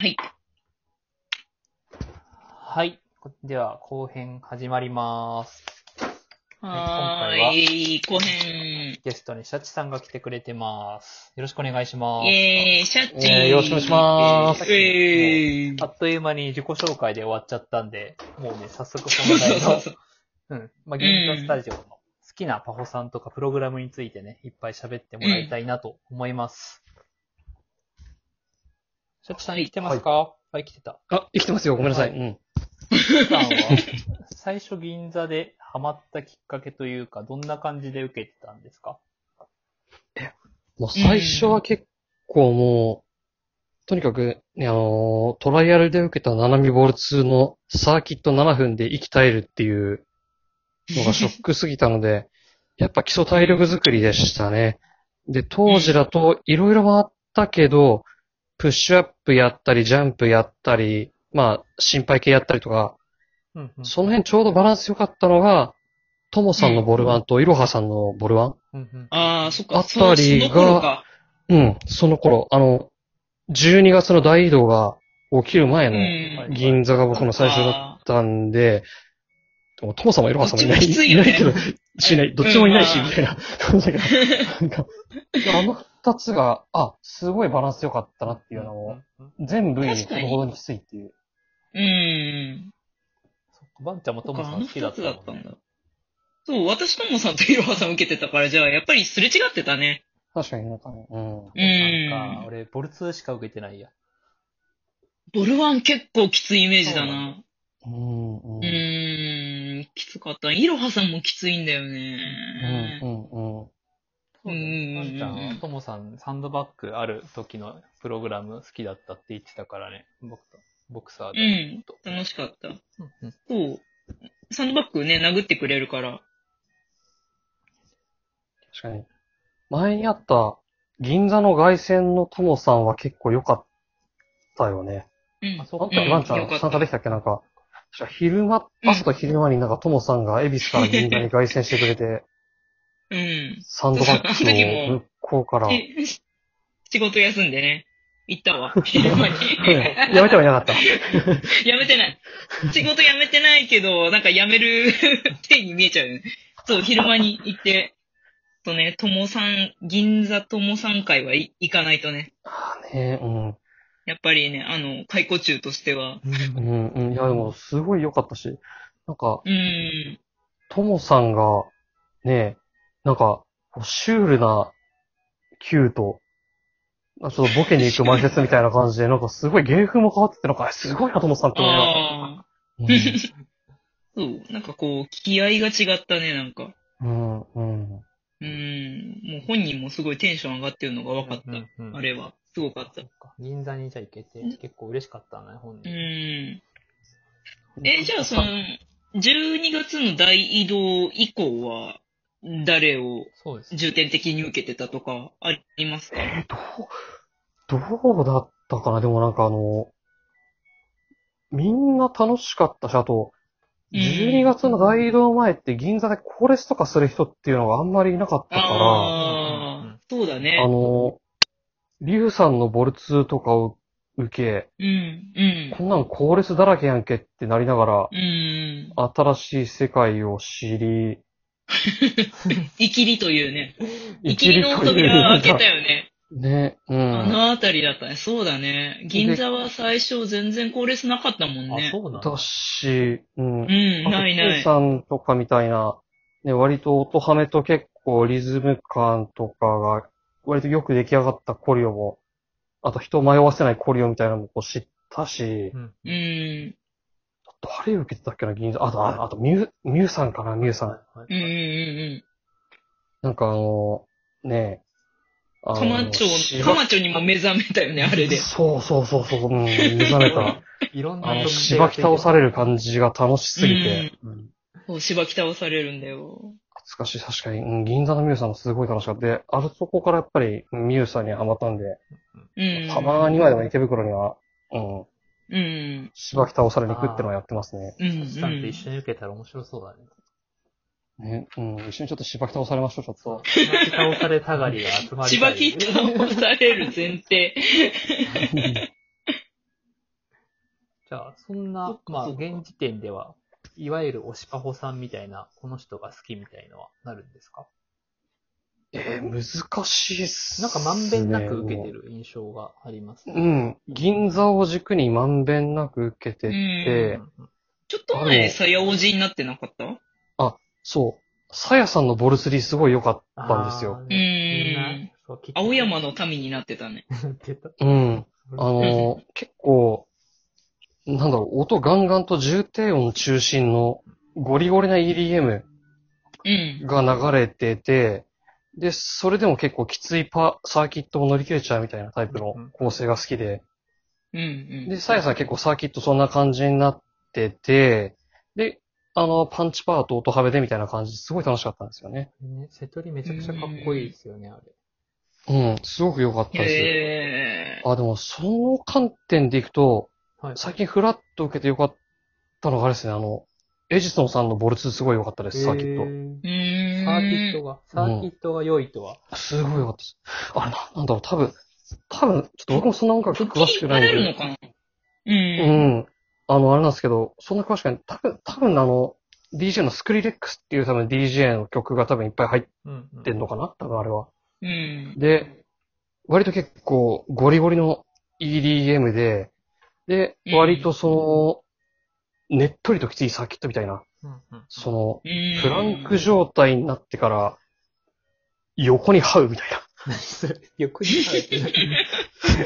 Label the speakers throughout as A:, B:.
A: はい。
B: はい。こでは、後編始まります。
A: はーい。後編。
B: ゲストにシャチさんが来てくれてます。よろしくお願いしま
A: イェーイ、シャッチー。
B: えーよろしくお願いします
A: イェーイ
B: す。あ。っという間に自己紹介で終わっちゃったんで、もうね、早速
A: そう
B: 本
A: そ
B: 題
A: うそ
B: の
A: う、そう。
B: うん。まあ、銀座スタジオの好きなパフォさんとかプログラムについてね、いっぱい喋ってもらいたいなと思います。シャチさん
A: はい
B: 来てますか、はい、来てた。
C: あ、生きてますよ。ごめんなさい。
B: はい
C: うん。
B: シャチさんは、最初銀座でハマったきっかけというか、どんな感じで受けてたんですか
C: もう最初は結構もう、とにかく、ね、あのートライアルで受けたナナミボール2のサーキット7分で息絶えるっていうのがショックすぎたので、 やっぱ基礎体力作りでしたね。で、当時だといろいろ回ったけど、プッシュアップやったり、ジャンプやったり、まあ、心肺系やったりとか、
B: うん、うん。
C: その辺ちょうどバランス良かったのが、トモさんのボルワンとイロハさんのボルワン
B: うんうん
A: ああ、そっか。
C: あたりが
A: その頃か。
C: うん、その頃、あの、12月の大移動が起きる前
A: う
C: の
A: ん。
C: 銀座が僕の最初だ
A: だ
C: ったんで、でもトモさんもいろはさんもいない、
A: どっちもきつい
C: い
A: よ
C: な
A: ね
C: いけど、しない、どっちもいないし、
A: うん
C: みたいな感じが。なんかあの二つが、あ、すごいバランス良かったなっていうのを、
B: うん
C: 全部にほどほどにきついっていう。
A: うん。
B: そっかバンちゃんも
A: そ
B: ト
A: っ
B: モ
A: か、
B: さ
A: あ
B: ん
A: の
B: 好きだ
A: 二
B: った
A: つ
B: も
A: だ
B: んね
A: ったんだ。そう、私ともさんといろはさん受けてたから、じゃあ、やっぱりすれ違ってたね。
C: 確かになんかね。うん。
A: う
B: なんか、
A: ん。
B: 俺、ボル2しか受けてないや。
A: ボルワン結構きついイメージだな。
C: うん、うん。
A: うーん、きつかった。いろはさんもきついんだよね。
C: うん、うん、うん。
A: う
B: バ
A: ん
B: ンちゃんは、トモさん、サンドバッグある時のプログラム好きだったって言ってたからね。僕と、ボクサー
A: う
B: で。
A: ん、楽しかった。
B: うんうん
A: そう。サンドバッグね、殴ってくれるから。
C: 確かに。前にあった銀座の凱旋のともさんは結構良かったよね。
A: うん
B: あ、。そ
C: あ
B: っ
C: ん
B: か
C: た、
A: うん
C: ワンちゃ
A: 良かっ
C: ん
A: た
C: 参加できたっけなんか、確か昼間、朝と昼間になんかともさんが恵比寿から銀座に凱旋してく れて、
A: うん。
C: サンドバ
A: その時
C: ッ
A: も
C: グを向こうから。い
A: え 仕事休んでね。行った わ。昼間に
C: ややめてはいなかった。
A: やめてない。仕事やめてないけど、なんかやめる 手に見えちゃうよね。そう、昼間に行って、とね、ともさん、銀座ともさん会はい行かないとね。
C: あねうん。
A: やっぱりね、あの、解雇中としては。
C: う
B: うん
C: ん、うん。いや、でも、すごい良かったし、なんか、
A: うん。
C: ともさんが、ね、なんか、こうシュールな、キュート、あちょっとボケに行く前説みたいな感じで、なんかすごい芸風も変わってて、なんか、すごいな、ともさんって思いなが ら
A: ああ。そう、なんかこう、気合が違ったね、なんか。
C: うん、うん、うん。
A: うん。もう本人もすごいテンション上がってるのが分かった。
B: うん
A: あれは。すごかった
B: そ。っか銀座にじゃあ行けて、結構嬉しかったね、本
A: う
B: 人。
A: ん。え、じゃあその、12月の大移動以降は、誰を
B: そうです。
A: 重点的に受けてたとか、ありますか
C: え、どう、どうだったかなでもなんかあの、みんな楽しかったし、あと、
A: うん
C: 12月の大移動前って銀座でコーレスとかする人っていうのがあんまりいなかったから、
B: うんうんう
A: ああ
B: ん、
A: そうだ
C: あ
A: ね。
C: の、リュウさんのボルツとかを受
A: うん、うん
C: け、こんなんコーレスだらけやんけってなりなが。
A: うん。
C: ら、新しい世界を知り、
A: 生きりというね。生きりの扉開けたよね。
C: ね、う
A: あ
C: ん。
A: のあたりだったね。そうだね。銀座は最初全然高列なかったもん
B: あ、
A: ね。
B: そうなんだ
C: だ。し、うん。
A: うん、ないな
C: ケイ
A: い。
C: さんとかみたいな、ね、割と音ハメと結構リズム感とかが、割とよく出来上がったコリオも、あと人を迷わせないコリオみたいなのもこう知ったし
B: う、ん
A: うん。
C: 誰受けてたっけな、銀座。あと、ああと、ミュウ、ミュウさんかな、ミュウさん。
B: はいはい
A: うんうんうん
C: なんかあの、ねえ。あ
A: うん。
C: の
A: かまちょ
C: し、
A: かまちょにも目覚めた よね、あれで。
C: そうそうそうそう、うん、目覚 めた。
B: いろんな
C: あ
B: 特性
C: の、しばき倒される感じが楽しすぎて、
B: うん
A: そう、しばき倒されるんだよ。
C: 懐かしい、確かに、うん、銀座のミュウさんもすごい楽しかった。で、あるとこからやっぱり、ミュウさんにはまったんで、
A: うん。
C: たまにはでも池袋には、うん、
A: うん。
C: しばき倒されに行くってのはやってますね。
A: うん。
B: シャチさんと一緒に受けたら面白そうだね。
C: ね、うん、一緒にちょっとしばき倒されましょう、ちょっ
B: そう
C: と。。
B: しばき倒されたがりが集まりたい。
A: し ばき倒される前提。
B: じゃあ、そんな、まあ、現時点では、いわゆる推しパホさんみたいな、この人が好きみたいのはなるんですか
C: えー、難しいっす、
B: なんかまんべんなく受けて。る印象があります、
C: う。ん。銀座を軸にまんべんなく受けてて、
A: うんちょっと前、さやおじになってなかったう
C: そう。さやさんのボルスリーすごい良かったんですよ。
B: あー。み
A: ん。
B: なそう聞き
A: 青 山の民になってたね。
B: ってた
C: うん。あの、結構、なんだろう、音ガンガンと重低音中心のゴリゴリな EDM
A: うん。
C: が流れてて、で、それでも結構きついパ、サーキットを乗り切れちゃうみたいなタイプの構成が好きで、
A: うんうん。
C: で、さやさん結構サーキットそんな感じになってて、で、あの、パンチパート音ハメでみたいな感じですごい楽しかったんですよね。
B: ね、瀬戸りめちゃくちゃかっこいいですよね、あれ。
C: うん、すごく良かったです。
A: へー
C: あ、でも、その観点でいくと、
B: はい。
C: 最近フラッと受けてよかったのがあれですね、あの、エジソンさんのボルツーすごい良かったです、サーキ
B: へー
C: ッ
A: うーん。
B: サーキットが、サーキットが良いとは。
C: ト。すごい良かったです。あれ、ななんだろう、多分、多分、ちょっと僕もそんな音楽詳しくないん
A: 引っ張れるの
C: で。
A: かな
C: う
A: うん。
C: ん。あの、あれなんですけど、そんな詳しくない。多分、多分あの、DJ のスクリレックスっていう多分 DJ の曲が多分いっぱい入っ
B: うん、うん。
C: てんのかな多分あれは。
A: うん。
C: で、割と結構ゴリゴリの EDM で、で、
A: うん
C: 割とその、ねっとりときついサーキットみたいな、
B: うんうん
C: その、
A: うん
C: プランク状態になってから、横に這うみたい
B: 何それ横に生えてない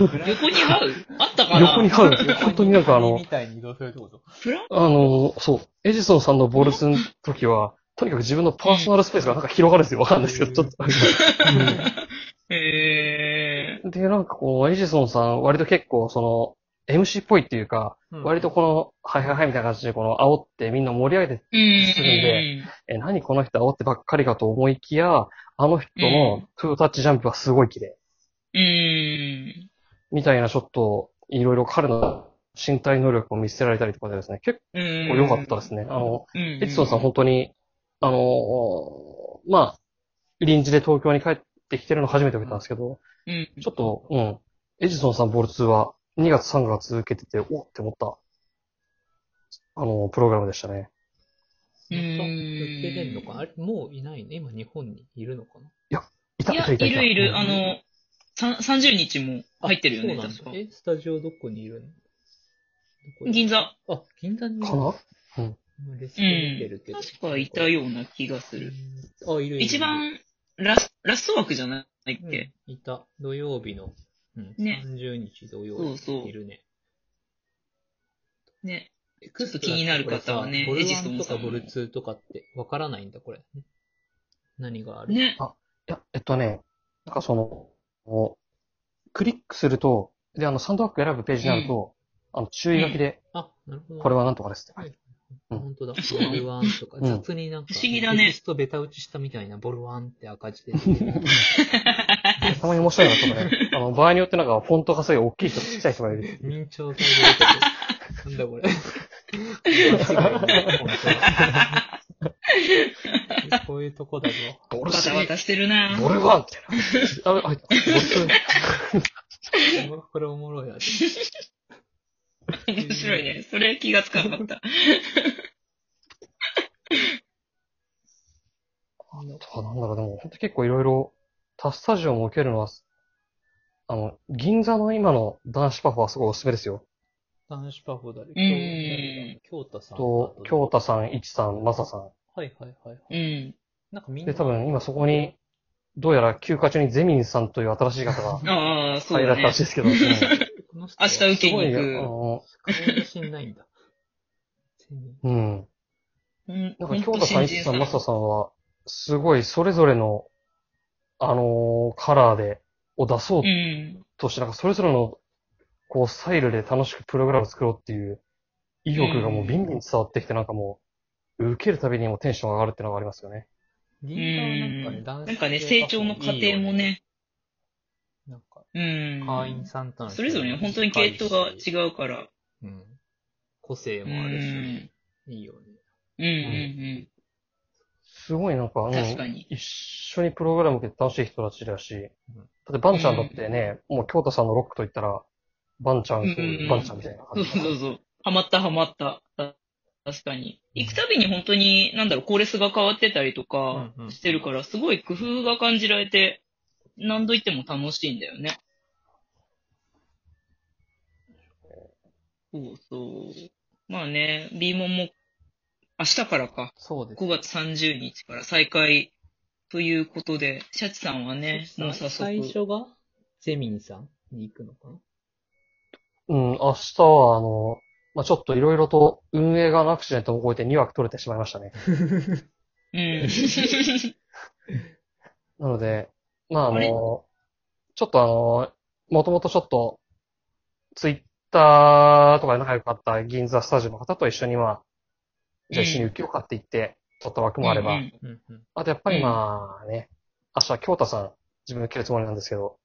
A: 横に合うあったか
C: な。
A: な
C: 横に這う。本当になんかあ
B: 横
C: の
B: に、みたいに移動するってこと
A: プラン
C: あの、そう、エジソンさんのボルツの時は、とにかく自分のパーソナルスペースがなんか広がるんですよ。わかんないですけど、ちょっと。
A: え
C: で、なんかこう、エジソンさん、割と結構、その、MC っぽいっていうか、
B: うん
C: 割とこの、はいはいはいみたいな感じで、この、煽ってみんな盛り上げて、
A: ー。うん。
C: するんでえ、何この人煽ってばっかりかと思いきや、あの人
A: う
C: のトゥータッチジャンプはすごい綺麗。
A: うん。
C: みたいな、ちょっと、いろいろ彼の身体能力を見せられたりとかでですね、結
A: うん。
C: 構良かったですね。あの、
A: うん。
C: エジソンさん本当に、あの、まあ、臨時で東京に帰ってきてるの初めて見たんですけど、
A: うん。
C: ちょっと、うん。エジソンさんボルツーは2月3月受けてて、おっって思った、あの、プログラムでしたね。
B: そっか受けれんのかなあれ、もういないね。今、日本にいるのかない
C: た、
A: い
C: い
A: や、
C: た、いた。
A: いるい
C: うん
A: る。あの、さ30日も
B: あ
A: 入ってるよね、
B: そうなんだ
A: 確か。
B: え、スタジオどこにいるのどこ
A: 銀座。
B: あ、銀座にいる
C: かな
B: レス
A: う
B: ト見て
A: ん
B: るけ。ど。
A: 確かいたような気がする。
B: うん。あ、いるいる。
A: 一番ラス、ラスト枠じゃないっけ、
B: うんいた。土曜日の。うん。
A: ね
B: 30日土曜
A: そうそう
B: 日。いるね。
A: ね。
B: ち
A: ょっと気になる方はね
B: ボル
A: エジソ
B: 1
A: ン
B: と
A: さ
B: か
A: んも
B: ボル2とかってわからないんだ、これ。何がある
A: ね。
C: いや、えっとね、なんかその、こうクリックすると、で、あの、サンドバッグ選ぶページになると、あの、注意書きで、
B: あ、なるほど。
C: これはなんとかですって。
B: はい。
C: うん
B: 本当だ。
A: そう
B: ボル1とか、
C: うん
B: 雑になんか、
A: 不思議だね
B: テキストベタ打ちしたみたいな、ボル1って 赤字で出てくる。
C: たまに面白いなとかね。あの、場合によってなんか、フォントがすごい大きい人とちっちゃい人がいる。
B: 明朝体で出て くる。なんだこれ。本当だこういう とこだぞ。
C: ボ
A: バ
C: ルス
A: タ
C: リ
A: バ
C: ー
A: タしてるな
C: ボルワンみたいな。あ、あ、ボルスリー
B: これおもろいやつ。
A: 面白いね。それ気がつかなかった。
C: とか、なんだろう、でも、本当結構いろいろ、タスタジオも受けるのは、あの、銀座の今の男子パフはすごいおすすめですよ。
B: 男子パフォーだね。
A: うん
B: 京太さん。
C: と、京太さん、いちさん、まささん。
B: はいはいはい。
A: うん。
B: なんかみんな。
C: で、多分今そこに、どうやら休暇中にゼミンさんという新しい方が
A: ああ、そう
C: 入ら
A: だ
C: れたら
A: ね
C: しい。ですけど、
B: この人
A: 明
B: は
A: 日受け
C: すご
A: に
C: い、
A: 行
C: あ
A: く。
C: の、
B: 顔が死んないんだ。
C: うん。
A: うん
C: なんか、京太さん、一さん、マサさんは、すごい、それぞれの、あのーカラーで、を出そう
A: うん。
C: として、なんか、それぞれの、こう、スタイルで楽しくプログラム作ろうっていう、意欲がもうビンビン伝わってきて、なんかもう、受けるたびにもうテンション上がるっていうのがありますよね。
A: う
B: 銀座は
A: ん。
B: なんかね、男子
A: なんかね、成長の過程も。ね。
B: なんか、
A: うん。
B: 会員さんとの
A: それぞれね、本当に系統が違うから。
B: う。うん。個性
A: うん。う
B: もあるし、
A: ん
B: いいよね。
A: うん
C: すごいなんか、う
A: うんん。確かに。
C: 一緒にプログラム受けて楽しい人たちだし、
B: うん
C: だってバンちゃんだってね、もう京太さんのロックと言ったら、バンちゃん、
A: うん
C: バンちゃんみたいな
A: そ
C: 感
A: う
C: じ。
A: そうそう。ハマったハマった。た確かに。行くたびに本当に、なんだろう、コーレスが変わってたりとか
B: うんうん
A: してるから、すごい工夫が感じられて、何度行っても楽しいんだよね。そうそう。まあね、B モンも明日からか、
B: そうです
A: 5。月30日から再開ということで、シャチさんはね、もう早速。
D: 最初がゼミンさんに行くの かな
C: うん、明日は、あの、まあ、ちょっといろいろと運営がアクシデントを超えて2枠取れてしまいましたね。
A: うん。
C: なので、まあ、あ
A: あれ
C: の、ちょっとあの、もともとちょっと、ツイッターとかで仲良かった銀座スタジオの方と一緒に、まあ、じゃあ一緒に受けようかって言って、取った 枠もあれば、
A: うん
B: うんうん。
C: あとやっぱりまあね、明日京太さん、自分受けるつもりなんですけど、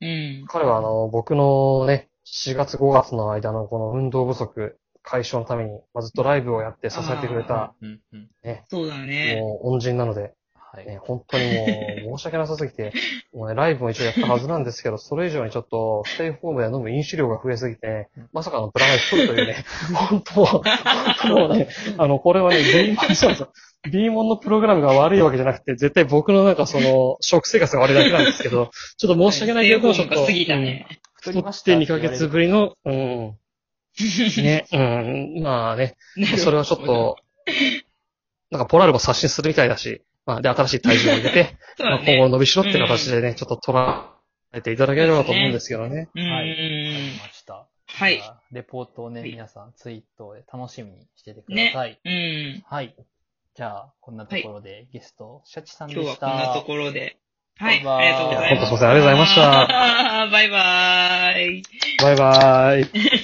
A: うん。うん
C: 彼はあの、僕のね、4月5月の間のこの運動不足解消のために、まあ、ずっとライブをやって支えてくれた、
B: うんうん。
A: そうだね。
C: もう恩人なので、
B: はい。
C: ね、本当に もう申し訳なさすぎて、もうね、ライブも一応やったはずなんですけど、それ以上にちょっと、ステイホームで飲む飲酒量が増えすぎてね、まさかのドラマに太るという ね、本当もう、本当もうね、あの、これはね、ビーモンそうそう、ビーモンのプログラムが悪いわけじゃなくて、絶対僕のなんかその、食生活が悪いだけなんですけど、ちょっと申し訳ないけど、ちょっと、
A: 過ぎたね。
C: うん。
B: 太
C: 太って2ヶ月ぶりの、うん。ね、うん、まあね、それはちょっと、なんかポラルも刷新するみたいだし、まあ、で、新しい体重を入れて、
A: そう
C: まあ、
A: だ
C: 今後
A: ね。
C: 伸びしろって形でね、ちょっと捉えていただければと思うんですけどね。
A: う
B: はい。わかり
A: ん。
B: ました。
A: はい
B: じゃ。あ。レポートをね、
A: はい
B: 皆さんツイートで楽しみにしててください。
A: うん。
B: はい。じゃあ、こんなところでゲスト、シャチさんで
A: 今日は
B: し
A: こ
B: た。
A: んなところで。はい。
B: バ
A: あ
B: イ
A: り
B: バ
A: が
B: ー
A: とう
B: イ
A: ござい
C: 本
A: ま
C: 当すい
A: す。
C: ません、ありがとう
A: あ
C: ございました。
A: ーバイバーイ。
C: バイバーイ。